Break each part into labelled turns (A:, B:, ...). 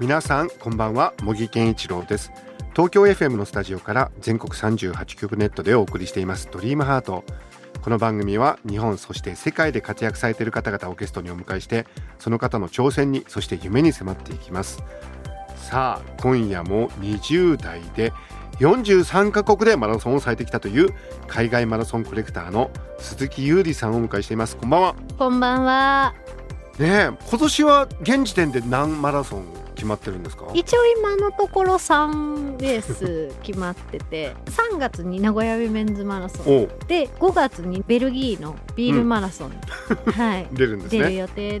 A: 皆さんこんばんは茂木健一郎です東京 FM のスタジオから全国38局ネットでお送りしていますドリームハートこの番組は日本そして世界で活躍されている方々をゲストにお迎えしてその方の挑戦にそして夢に迫っていきますさあ今夜も20代で43カ国でマラソンをされてきたという海外マラソンコレクターの鈴木優里さんをお迎えしていますこんばんは
B: こんばんは。
A: ねえ今年は現時点で何マラソン決まってるんですか
B: 一応今のところ3レース 決まってて、3月に名古屋ウィメンズマラソン
A: お
B: で、5月にベルギーのビールマラソン、 はい、
A: 出るんです
B: 出る
A: ね
B: 予定で、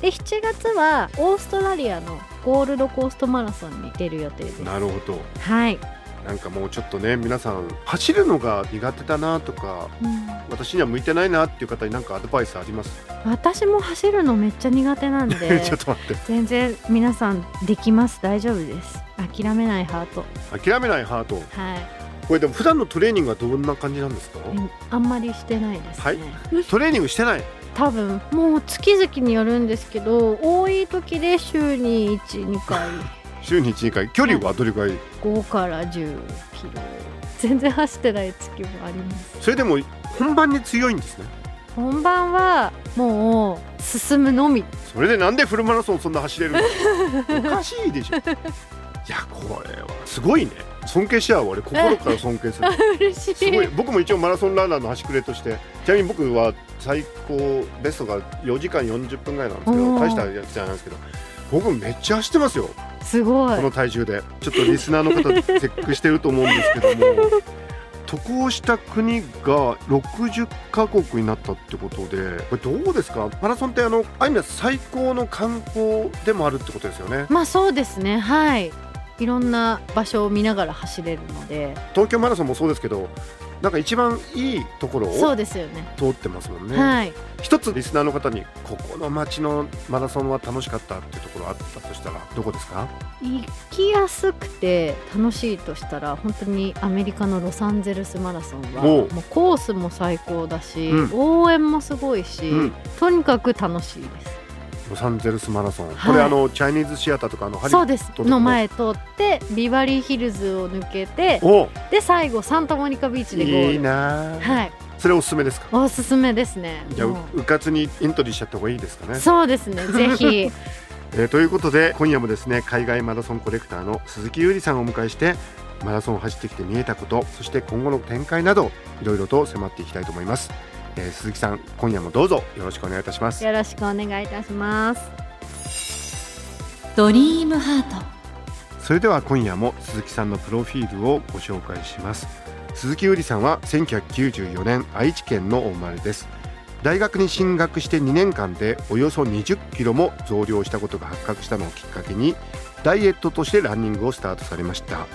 B: で7月はオーストラリアのゴールドコーストマラソンに出る予定です。
A: なるほど
B: はい。
A: なんかもうちょっとね皆さん走るのが苦手だなとか
B: うん
A: 私には向いてないなっていう方に何かアドバイスあります、
B: 私も走るのめっちゃ苦手なんで
A: ちょっと待って
B: 全然皆さんできます大丈夫です諦めないハート
A: 諦めないハート
B: はい
A: これでも普段のトレーニングはどんな感じなんですか
B: うんあんまりしてないですね、
A: はいトレーニングしてない
B: 多分もう月々によるんですけど多い時で週に12回
A: 週に1、2回距離はどれくらい
B: 5から10キロ全然走ってない月もあります
A: それでも本番に強いんですね
B: 本番はもう進むのみ
A: それでなんでフルマラソンそんな走れ るのおかしいでしょいやこれはすごいね尊敬しちゃう俺心から尊敬する
B: 嬉し
A: すごい
B: い
A: 僕も一応マラソンランナーの端くれとしてちなみに僕は最高ベストが4時間40分ぐらいなんですけ
B: お
A: ど
B: ー
A: 大したやつじゃないですけど僕めっちゃ走ってますよ、
B: すご
A: こ
B: い
A: の体重でちょっとリスナーの方チェックしてると思うんですけど も渡航した国が60カ国になったってことでこれどうですかマラソンってあのある意味では最高の観光でもあるってことですよ ね
B: まあそうですねはいいろんな場所を見ながら走れるので
A: 東京マラソンもそうですけどなんか一番いいところ
B: そう
A: を
B: ですよね
A: 通ってますもんね。
B: はい
A: 一つリスナーの方にここの街のマラソンは楽しかったっていうところあったとしたらどこですか
B: 行きやすくて楽しいとしたら本当にアメリカのロサンゼルスマラソンは
A: おう
B: もうコースも最高だし、
A: うん
B: 応援もすごいし、
A: うん
B: とにかく楽しいです。
A: ロサンゼルスマラソン、
B: はい
A: これあのチャイニーズシアターとかあのハリ
B: そうです
A: とても
B: の前通ってビバリーヒルズを抜けて
A: お
B: で最後サンタモニカビーチでゴール
A: いいなあ、
B: はい、
A: それおすすめですか
B: おすすめですね
A: じゃあう
B: も
A: うかつにエントリーしちゃった方がいいですか
B: う
A: ね、
B: そうですねぜ ひ
A: えーということで今夜もですね海外マラソンコレクターの鈴木優里さんをお迎えしてマラソンを走ってきて見えたことそして今後の展開などいろいろと迫っていきたいと思います、えー鈴木さん今夜もどうぞよろしくお願いいたします
B: よろしくお願いいたします
C: ドリームハート
A: それでは今夜も鈴木さんのプロフィールをご紹介します鈴木ゆりさんは1994年愛知県のお生まれです大学に進学して2年間でおよそ20キロも増量したことが発覚したのをきっかけにダイエットとしてランニングをスタートされました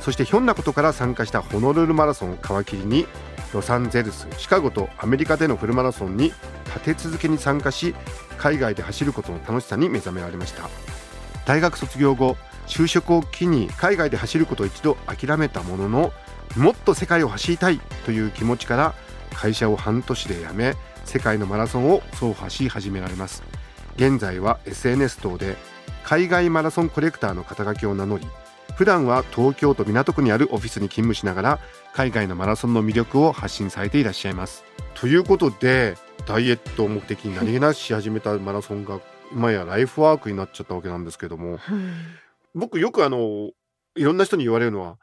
A: そしてひょんなことから参加したホノルルマラソンを皮切りにロサンゼルスシカゴとアメリカでのフルマラソンに立て続けに参加し海外で走ることの楽しさに目覚められました大学卒業後就職を機に海外で走ることを一度諦めたもののもっと世界を走りたいという気持ちから会社を半年で辞め世界のマラソンを走破し始められます現在は SNS 等で海外マラソンコレクターの肩書きを名乗り普段は東京都港区にあるオフィスに勤務しながら海外のマラソンの魅力を発信されていらっしゃいますということでダイエットを目的に何気なくし始めたマラソンが今やライフワークになっちゃったわけなんですけども僕よくあのいろんな人に言われるのは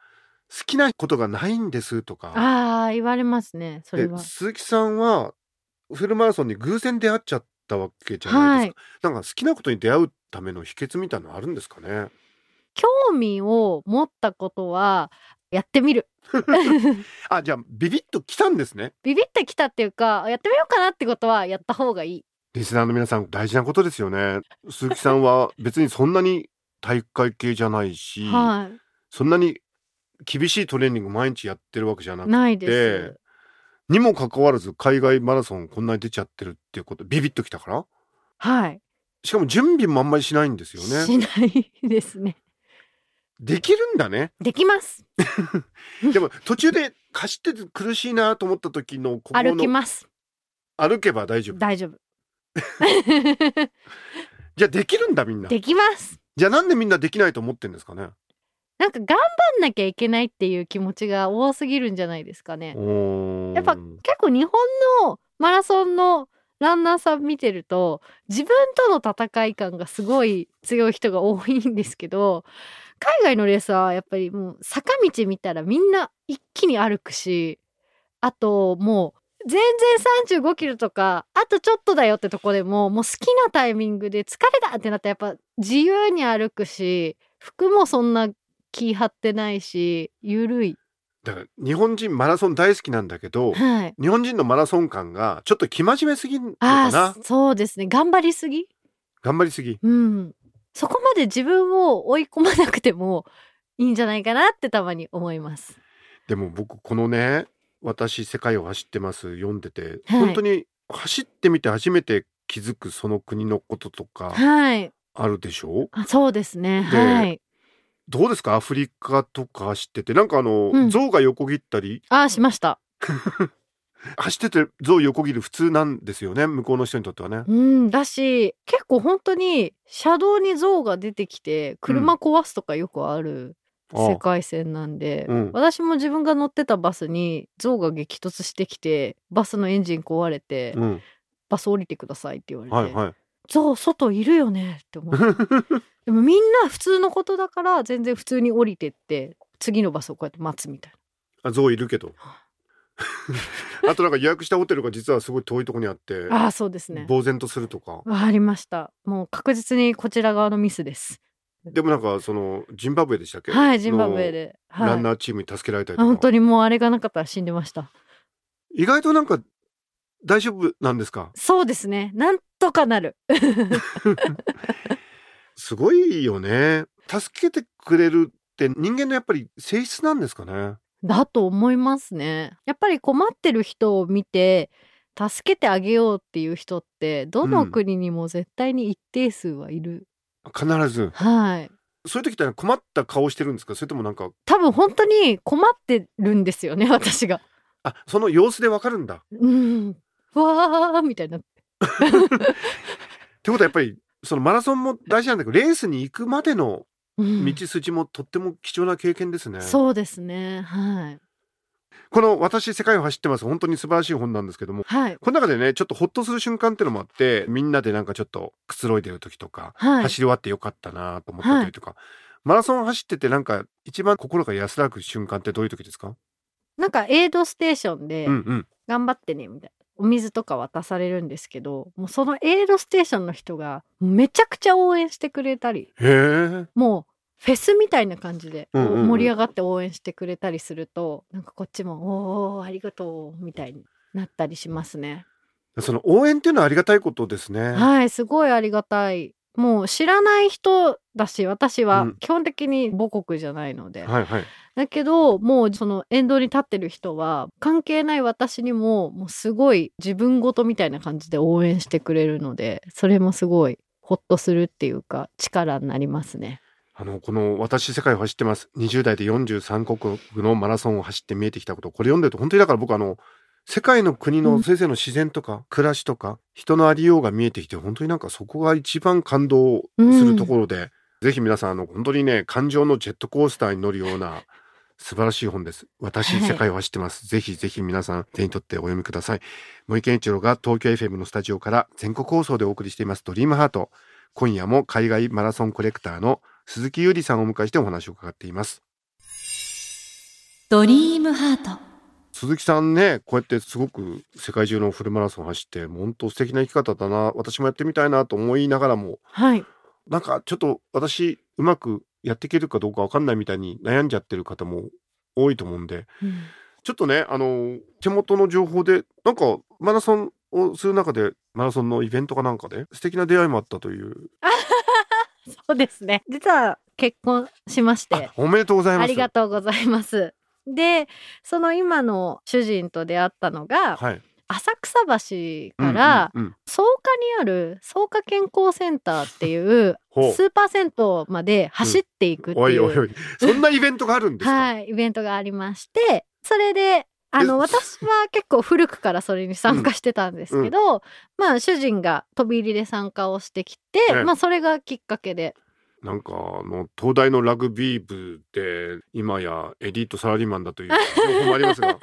A: 好きなことがないんですとか
B: ああ言われますねそれ
A: で
B: は
A: 鈴木さんはフルマラソンに偶然出会っちゃったわけじゃな
B: はい
A: です
B: い
A: か、なんか好きなことに出会うための秘訣みたいなのあるんですかね
B: 興味を持ったことはやってみ る
A: あじゃあビビッと来たんですね
B: ビビってきたっていうかやってみようかなってことはやった方がいい
A: リスナーの皆さん大事なことですよね鈴木さんは別にそんなに体育会系じゃないし、
B: はい
A: そんなに厳しいトレーニング毎日やってるわけじゃなくて
B: ないです。
A: にもかかわらず海外マラソンこんなに出ちゃってるっていうことビビッときたから
B: はい。
A: しかも準備もあんまりしないんですよね
B: しないですね。
A: できるんだね
B: できます。
A: でも途中で走ってて苦しいなと思った時のここ
B: 歩き
A: の
B: ます。
A: 歩けば大丈夫
B: 大 丈夫。
A: じゃあできるんだみんな
B: できます。
A: じゃあなんでみんなできないと思ってんですかね
B: なんか頑張んなきゃいけないっていう気持ちが多すぎるんじゃないですかね。や
A: や
B: っぱ結構日本のマラソンのランナーさん見てると自分との戦い感がすごい強い人が多いんですけど海外のレースはやっぱりもう坂道見たらみんな一気に歩くしあともう全然35キロとかあとちょっとだよってとこでももう好きなタイミングで疲れたってなったらやっぱ自由に歩くし服もそんな気張ってないしゆるい。
A: だから日本人マラソン大好きなんだけど
B: はい
A: 日本人のマラソン感がちょっと生真面目すぎるの
B: あ
A: か
B: あ
A: な
B: そそうですね頑張りすぎ
A: 頑張りすぎ
B: うんそこまで自分を追い込まなくてもいいんじゃないかなってたまに思います
A: でも僕このね私世界を走ってます読んでて、
B: はい
A: 本当に走ってみて初めて気づくその国のこととか
B: はい
A: あるでしょう
B: あそうですね
A: で
B: はい
A: どうですかアフリカとか走っててなんかあの、
B: うん
A: 象が横切ったり
B: ああしました
A: 走ってて象横切る普通なんですよね向こうの人にとってはね、
B: うんだし結構本当に車道に像が出てきて車壊すとかよくある
A: ああ
B: 世界線なんで、
A: うん
B: 私も自分が乗ってたバスに像が激突してきてバスのエンジン壊れて、
A: うん、
B: バス降りてくださいって言われて、
A: はいはい
B: ゾウ外いるよねって 思ってでもみんな普通のことだから全然普通に降りてって次のバスをこうやって待つみたい
A: あ象いるけど あとなんか予約したホテルが実はすごい遠いとこにあって
B: なああそうですね
A: 呆然とするとか
B: わかりましたもう確実にこちら側のミスです
A: でもなんかそのジンバブエでしたっけ
B: はいジンバブエで、
A: の
B: はい、
A: ランナーチームに助けられたり
B: あ
A: と
B: 本
A: か
B: 当にもうあれがなかったら死んでました
A: 意外となんか大丈夫なんですか
B: そうですねなんとかなる
A: すごいよね助けてくれるって人間のやっぱり性質なんですかね
B: だと思いますねやっぱり困ってる人を見て助けてあげようっていう人ってどの国にも絶対に一定数はいる、
A: 必ず
B: はい
A: そういう時って困った顔してるんですかそれともなんか
B: 多分本当に困ってるんですよね私が。
A: あその様子でわかるんだっ
B: うん、わーみたいな
A: てことはやっぱりそのマラソンも大事なんだけどレースに行くまでの
B: うん
A: 道筋もとっても貴重な経験ですね、
B: そうですねはい
A: この私世界を走ってます本当に素晴らしい本なんですけども
B: はい
A: この中でねちょっとホッとする瞬間っていうのもあってみんなでなんかちょっとくつろいでる時とか、
B: はい
A: 走り終わってよかったなと思った時とか、マラソン走っててなんか一番心が安らぐ瞬間ってどういう時ですか、
B: なんかエイドステーションで
A: うんうん
B: 「頑張ってね」みたいな。お水とか渡されるんですけどもうそのエイドステーションの人がめちゃくちゃ応援してくれたり
A: へえ
B: もうフェスみたいな感じでこ
A: うんうんう
B: うん盛り上がって応援してくれたりすると、なんかこっちも「おーありがとう」みたいになったりしますね。
A: その応援っていうのはありがたいことですね、
B: はい、すごいありがたい。もう知らない人だし、私
A: う
B: は
A: ん
B: 基本的に母国じゃないので。
A: はいはい
B: だけど、もうその沿道に立ってる人は、関係ない私にも、もうすごい自分ごとみたいな感じで応援してくれるので、それもすごいほっとするっていうか、力になりますね。
A: あのこの「私世界を走ってます」20代で43国のマラソンを走って見えてきたことこれ読んでると本当にだから僕あの世界の国
B: う
A: の
B: ん
A: 先生の自然とか暮らしとか人のありようが見えてきて本当になんかそこが一番感動するところで、ぜひ皆さんあの本当にね感情のジェットコースターに乗るような素晴らしい本です。私世界を走ってます。ぜひぜひ皆さん手に取ってお読みください。森健一郎が東京 FM のスタジオから全国放送でお送りしています「ドリームハート今夜も海外マラソンコレクターの鈴木優里さんをお迎えしてお話を伺っています
C: ドリームハート
A: 鈴木さんねこうやってすごく世界中のフルマラソン走ってもう本当素敵な生き方だな私もやってみたいなと思いながらも
B: はい。
A: なんかちょっと私うまくやっていけるかどうかわかんないみたいに悩んじゃってる方も多いと思うんで
B: うん
A: ちょっとねあの手元の情報でなんかマラソンをする中でマラソンのイベントかなんかで素敵な出会いもあったという
B: そうですね。実は結婚しまして
A: おめでとうございます
B: ありがとうございます。でその今の主人と出会ったのが
A: はい
B: 浅草橋から
A: うんうんうん
B: 草加にある草加健康センターっていう
A: ほう
B: スーパー銭湯まで走っていくって
A: お
B: い
A: いおいうおいそんなイベントがあるんですか、
B: はいイベントがありましてそれであの
A: え
B: 私は結構古くからそれに参加してたんですけど、まあ主人が飛び入りで参加をしてきて、
A: ええ
B: まあそれがきっかけで
A: なんかあの東大のラグビー部で今やエリートサラリーマンだという情報もありま すが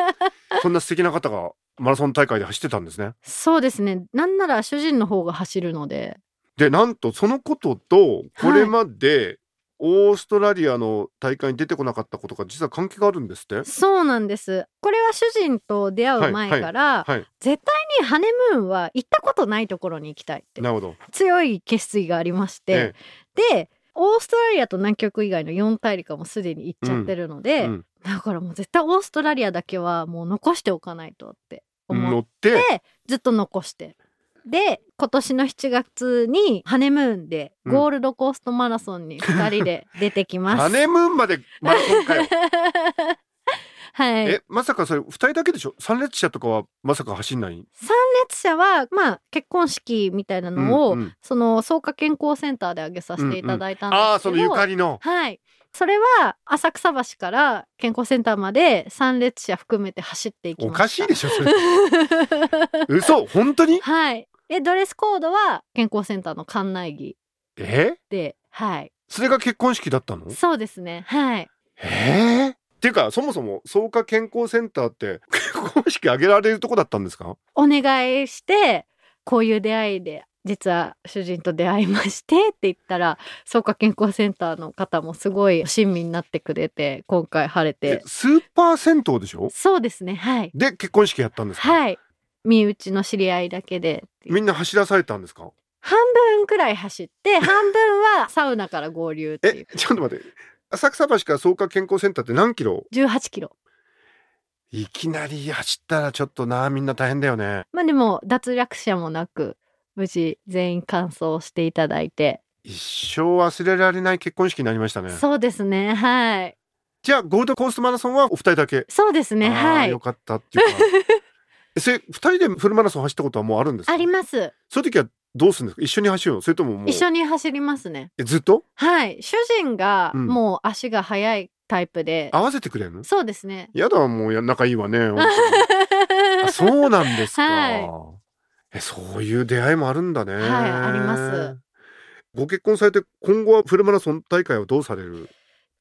A: そんな素敵な方がマラソン大会で走ってたんですね
B: そうですねなんなら主人の方が走るので
A: でなんとそのこととこれまでオーストラリアの大会に出てこなかったことが実は関係があるんですって
B: そうなんですこれは主人と出会う前から、
A: はいはい
B: 絶対にハネムーンは行ったことないところに行きたいって
A: なるほど、
B: 強い決意がありまして、でオーストラリアと南極以外の4大陸はもうすでに行っちゃってるので、
A: うん
B: だからもう絶対オーストラリアだけはもう残しておかないとって思
A: 乗
B: っ
A: って
B: て、ずっと残して。で今年の7月にハネムーンでゴールドコーストマラソンに2人 で出てきます。
A: ハネムーンまでマラソンか よ
B: はい、
A: えまさかそれ二人だけでしょ参列者とかはまさか走んない
B: 参列者は、まあ、結婚式みたいなのを、
A: うんうん
B: その草加健康センターであげさせていただいたんで
A: ああ
B: すけ
A: そ
B: ど、
A: のゆかりの
B: はいそれは浅草橋から健康センターまで参列者含めて走っていきま
A: お
B: した
A: かしいでしょそれ嘘本当 に
B: はいでドレスコードは健康センターの館内着
A: え
B: ではい
A: それが結婚式だったの
B: そうですねはい
A: えーっていうかそもそも草加健康センターって結婚式挙げられるとこだったんですか
B: お願いしてこういう出会いで実は主人と出会いましてって言ったら草加健康センターの方もすごい親身になってくれて今回晴れて
A: えスーパー銭湯でしょ
B: そうですねはい
A: で結婚式やったんですか、
B: はい身内の知り合いだけで
A: みんな走らされたんですか
B: 半分くらい走 って半分はサウナから合流ってい
A: え
B: う
A: ちょっと待って浅草橋から草加健康センターって何キロ
B: 18キロ
A: いきなり走ったらちょっとなみんな大変だよね
B: まあでも脱落者もなく無事全員完走していただいて、
A: 一生忘れられない結婚式になりましたね
B: そうですねはい
A: じゃあゴールドコーストマラソンはお二人だけ
B: そうですね
A: あー
B: はい
A: よかったっていうか えそれ二人でフルマラソン走ったことはもうあるんですか
B: あります
A: そういう時はどうするんですか一緒に走るのそれとももう
B: 一緒に走りますね
A: えずっと
B: はい主人が
A: うん
B: もう足が速いタイプで、
A: 合わせてくれるの
B: そうですね
A: やだもうや仲いいわね本当にあそうなんですか、
B: は
A: えそういう出会いもあるんだね
B: はいあります
A: ご結婚されて今後はフルマラソン大会はどうされる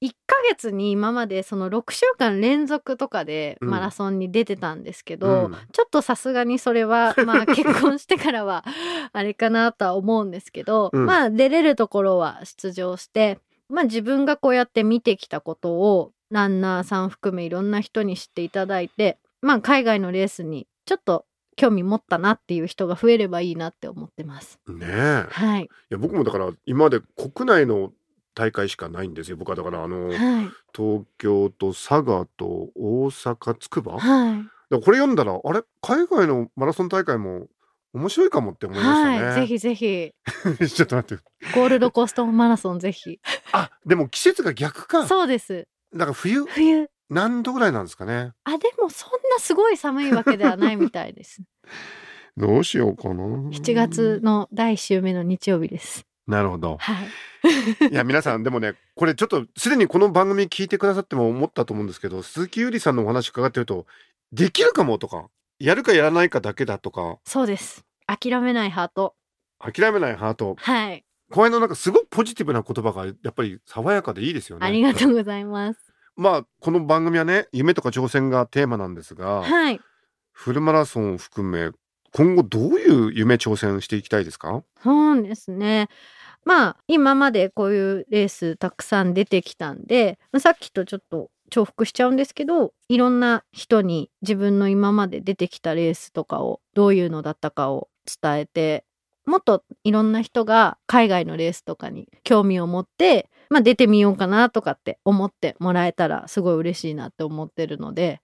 B: 1ヶ月に今までその6週間連続とかで
A: うん
B: マラソンに出てたんですけど、
A: うん
B: ちょっとさすがにそれは まあ結婚してからはあれかなとは思うんですけど、
A: うん
B: まあ出れるところは出場してまあ自分がこうやって見てきたことをランナーさん含めいろんな人に知っていただいてまあ海外のレースにちょっと興味持ったなっていう人が増えればいいなって思ってます。
A: ねえ
B: はい、
A: いや僕もだから今まで国内の大会しかないんですよ僕はだからあの
B: はい、
A: 東京と佐賀と大阪つくばだか
B: はい、
A: らこれ読んだらあれ海外のマラソン大会も面白いかもって思いましたね、
B: はい、ぜひぜひ
A: ちょっと待って
B: ゴールドコーストマラソンぜひ。
A: あでも季節が 逆かだか
B: そうです。
A: ら冬
B: 冬。
A: 何度ぐらいなんですかね
B: あ、でもそんなすごい寒いわけではないみたい です。
A: どうしようかな
B: 7月の第1週目の日曜日です。
A: なるほど
B: はい。
A: いや皆さんでもねこれちょっとすでにこの番組聞いてくださっても思ったと思うんですけど鈴木ゆりさんのお話伺ってるとできるかもとかやるかやらないかだけだとか
B: そうです。諦めないハート。
A: 諦めないハート
B: はい。
A: 公演の中すごくポジティブな言葉がやっぱり爽やかでいいですよね
B: ありがとうございます。
A: まあこの番組はね夢とか挑戦がテーマなんですが
B: はい。
A: フルマラソンを含め今後どういう夢挑戦していきたいですか
B: そうですね。まあ、今までこういうレースたくさん出てきたんで、さっきとちょっと重複しちゃうんですけど、いろんな人に自分の今まで出てきたレースとかを、どういうのだったかを伝えて、もっといろんな人が海外のレースとかに興味を持って、まあ出てみようかなとかって思ってもらえたらすごい嬉しいなって思ってるので、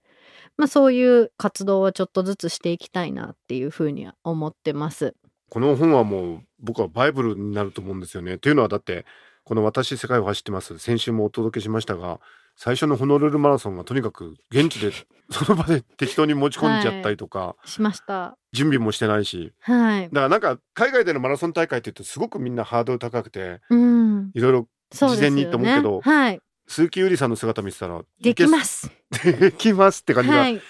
B: まあそういう活動をちょっとずつしていきたいなっていうふうには思ってます。
A: この本はもう僕はバイブルになると思うんですよねというのはだってこの私世界を走ってます先週もお届けしましたが最初のホノルルマラソンがとにかく 現地でその場で適当に持ち込んじゃったりとか、
B: しました
A: 準備もしてないし
B: はい
A: だからなんか海外でのマラソン大会って言うとすごくみんなハードル高くて
B: うん
A: いろいろ
B: そうですよね
A: 事前にと思うけど
B: はい
A: 鈴木ゆりさんの姿見てたら
B: できますす
A: できます って感じが、
B: はい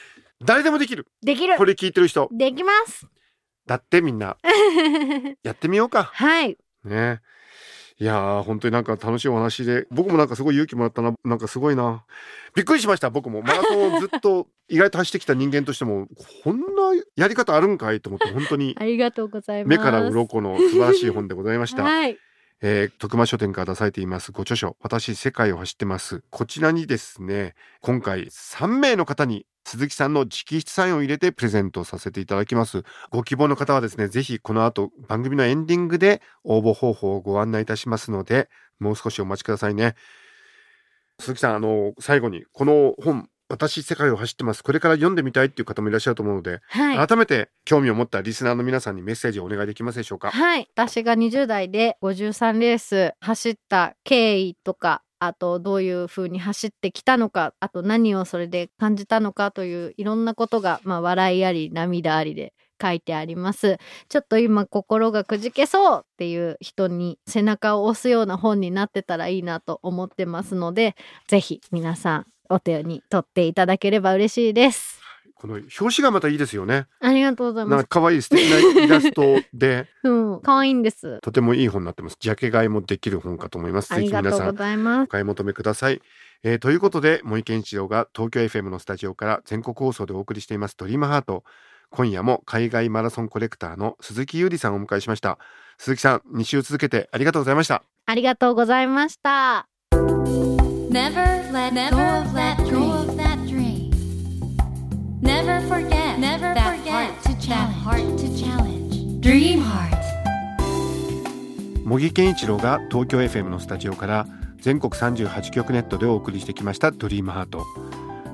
A: 誰でもできる
B: できる
A: これ聞いてる人
B: できます
A: だってみんなやってみようか
B: はい
A: ねいやー本当になんか楽しいお話で僕もなんかすごい勇気もらったななんかすごいなびっくりしました僕もマラソンをずっと意外と走ってきた人間としてもこんなやり方あるんかいと思って本当に
B: ありがとうございます
A: 目から鱗の素晴らしい本でございました、
B: はい
A: えー徳間書店から出されていますご著書「私世界を走ってます」こちらにですね今回3名の方に鈴木さんの直筆サインを入れてプレゼントさせていただきますご希望の方はですねぜひこの後番組のエンディングで応募方法をご案内いたしますのでもう少しお待ちくださいね鈴木さんあの最後にこの本「私世界を走ってます」これから読んでみたいっていう方もいらっしゃると思うので、
B: はい
A: 改めて興味を持ったリスナーの皆さんにメッセージをお願いできますでしょうか
B: はい私が20代で53レース走った経緯とかあとどういう風に走ってきたのかあと何をそれで感じたのかといういろんなことが、まあ、笑いあり涙ありで書いてありますちょっと今心がくじけそうっていう人に背中を押すような本になってたらいいなと思ってますのでぜひ皆さんお手に取っていただければ嬉しいです
A: この表紙がまたいいですよね
B: ありがとうござい
A: な
B: ま
A: ん
B: す
A: か可愛い素敵なイラストで
B: うん可愛いんです
A: とてもいい本になってます。ジャケ買いもできる本かと思います。
B: あ
A: ぜ
B: り
A: ひ
B: が
A: 皆
B: とう
A: さ
B: ご
A: ん
B: ざいます
A: お買い求めください。えーということで森健一郎が東京 FM のスタジオから全国放送でお送りしています「ドリームハート今夜も海外マラソンコレクターの鈴木優里さんをお迎えしました鈴木さん2週続けてありがとうございました
B: ありがとうございました。
C: Never let go of that dream. Never forget, never that forget heart to challenge. that heart to challenge. Dream heart.
A: 茂木健一郎が東京 FM のスタジオから全国38局ネットでお送りしてきました「ドリームハート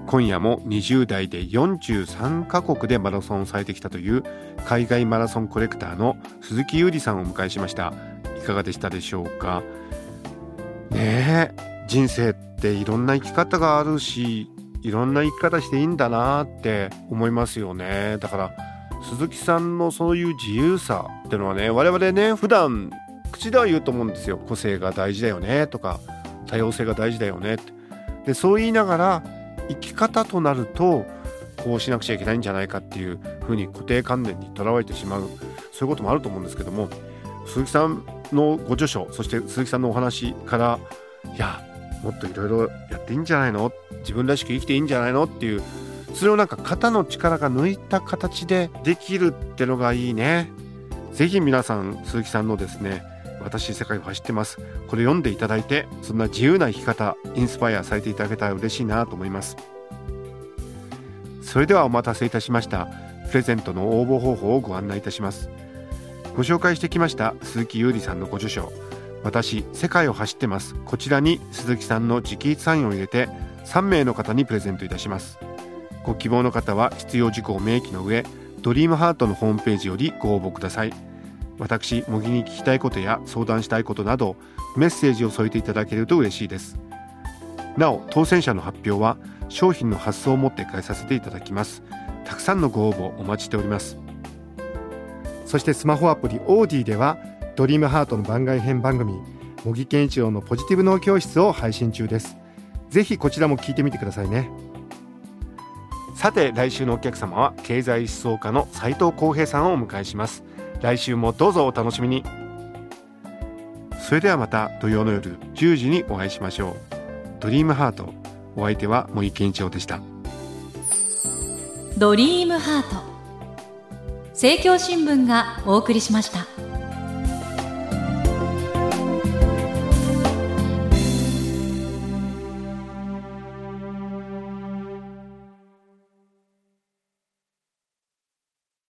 A: 今夜も20代で43カ国でマラソンをされてきたという海外マラソンコレクターの鈴木優里さんをお迎えしましたいかがでしたでしょうかねえ人生っていろんな生き方があるしいろんな生き方していいんだなって思いますよねだから鈴木さんのそういう自由さってのはね我々ね普段口では言うと思うんですよ個性が大事だよねとか多様性が大事だよねってでそう言いながら生き方となるとこうしなくちゃいけないんじゃないかっていう風に固定観念にとらわれてしまうそういうこともあると思うんですけども鈴木さんのご著書そして鈴木さんのお話からいやもっといろいろやっていいんじゃないの自分らしく生きていいんじゃないのっていうそれをなんか肩の力が抜いた形でできるってのがいいね。ぜひ皆さん鈴木さんのですね私世界を走ってますこれ読んでいただいてそんな自由な生き方インスパイアされていただけたら嬉しいなと思いますそれではお待たせいたしましたプレゼントの応募方法をご案内いたしますご紹介してきました鈴木優里さんのご著書私世界を走ってますこちらに鈴木さんの直筆サインを入れて3名の方にプレゼントいたしますご希望の方は必要事項を明記の上ドリームハートのホームページよりご応募ください私茂木に聞きたいことや相談したいことなどメッセージを添えていただけると嬉しいですなお当選者の発表は商品の発送をもって返させていただきますたくさんのご応募お待ちしておりますそしてスマホアプリオーディではドリームハートの番外編番組茂木健一郎のポジティブ脳教室を配信中ですぜひこちらも聞いてみてくださいねさて来週のお客様は経済思想家の斉藤光平さんをお迎えします来週もどうぞお楽しみにそれではまた土曜の夜10時にお会いしましょうドリームハートお相手は森健一郎でした
C: ドリームハート。政教新聞がお送りしました。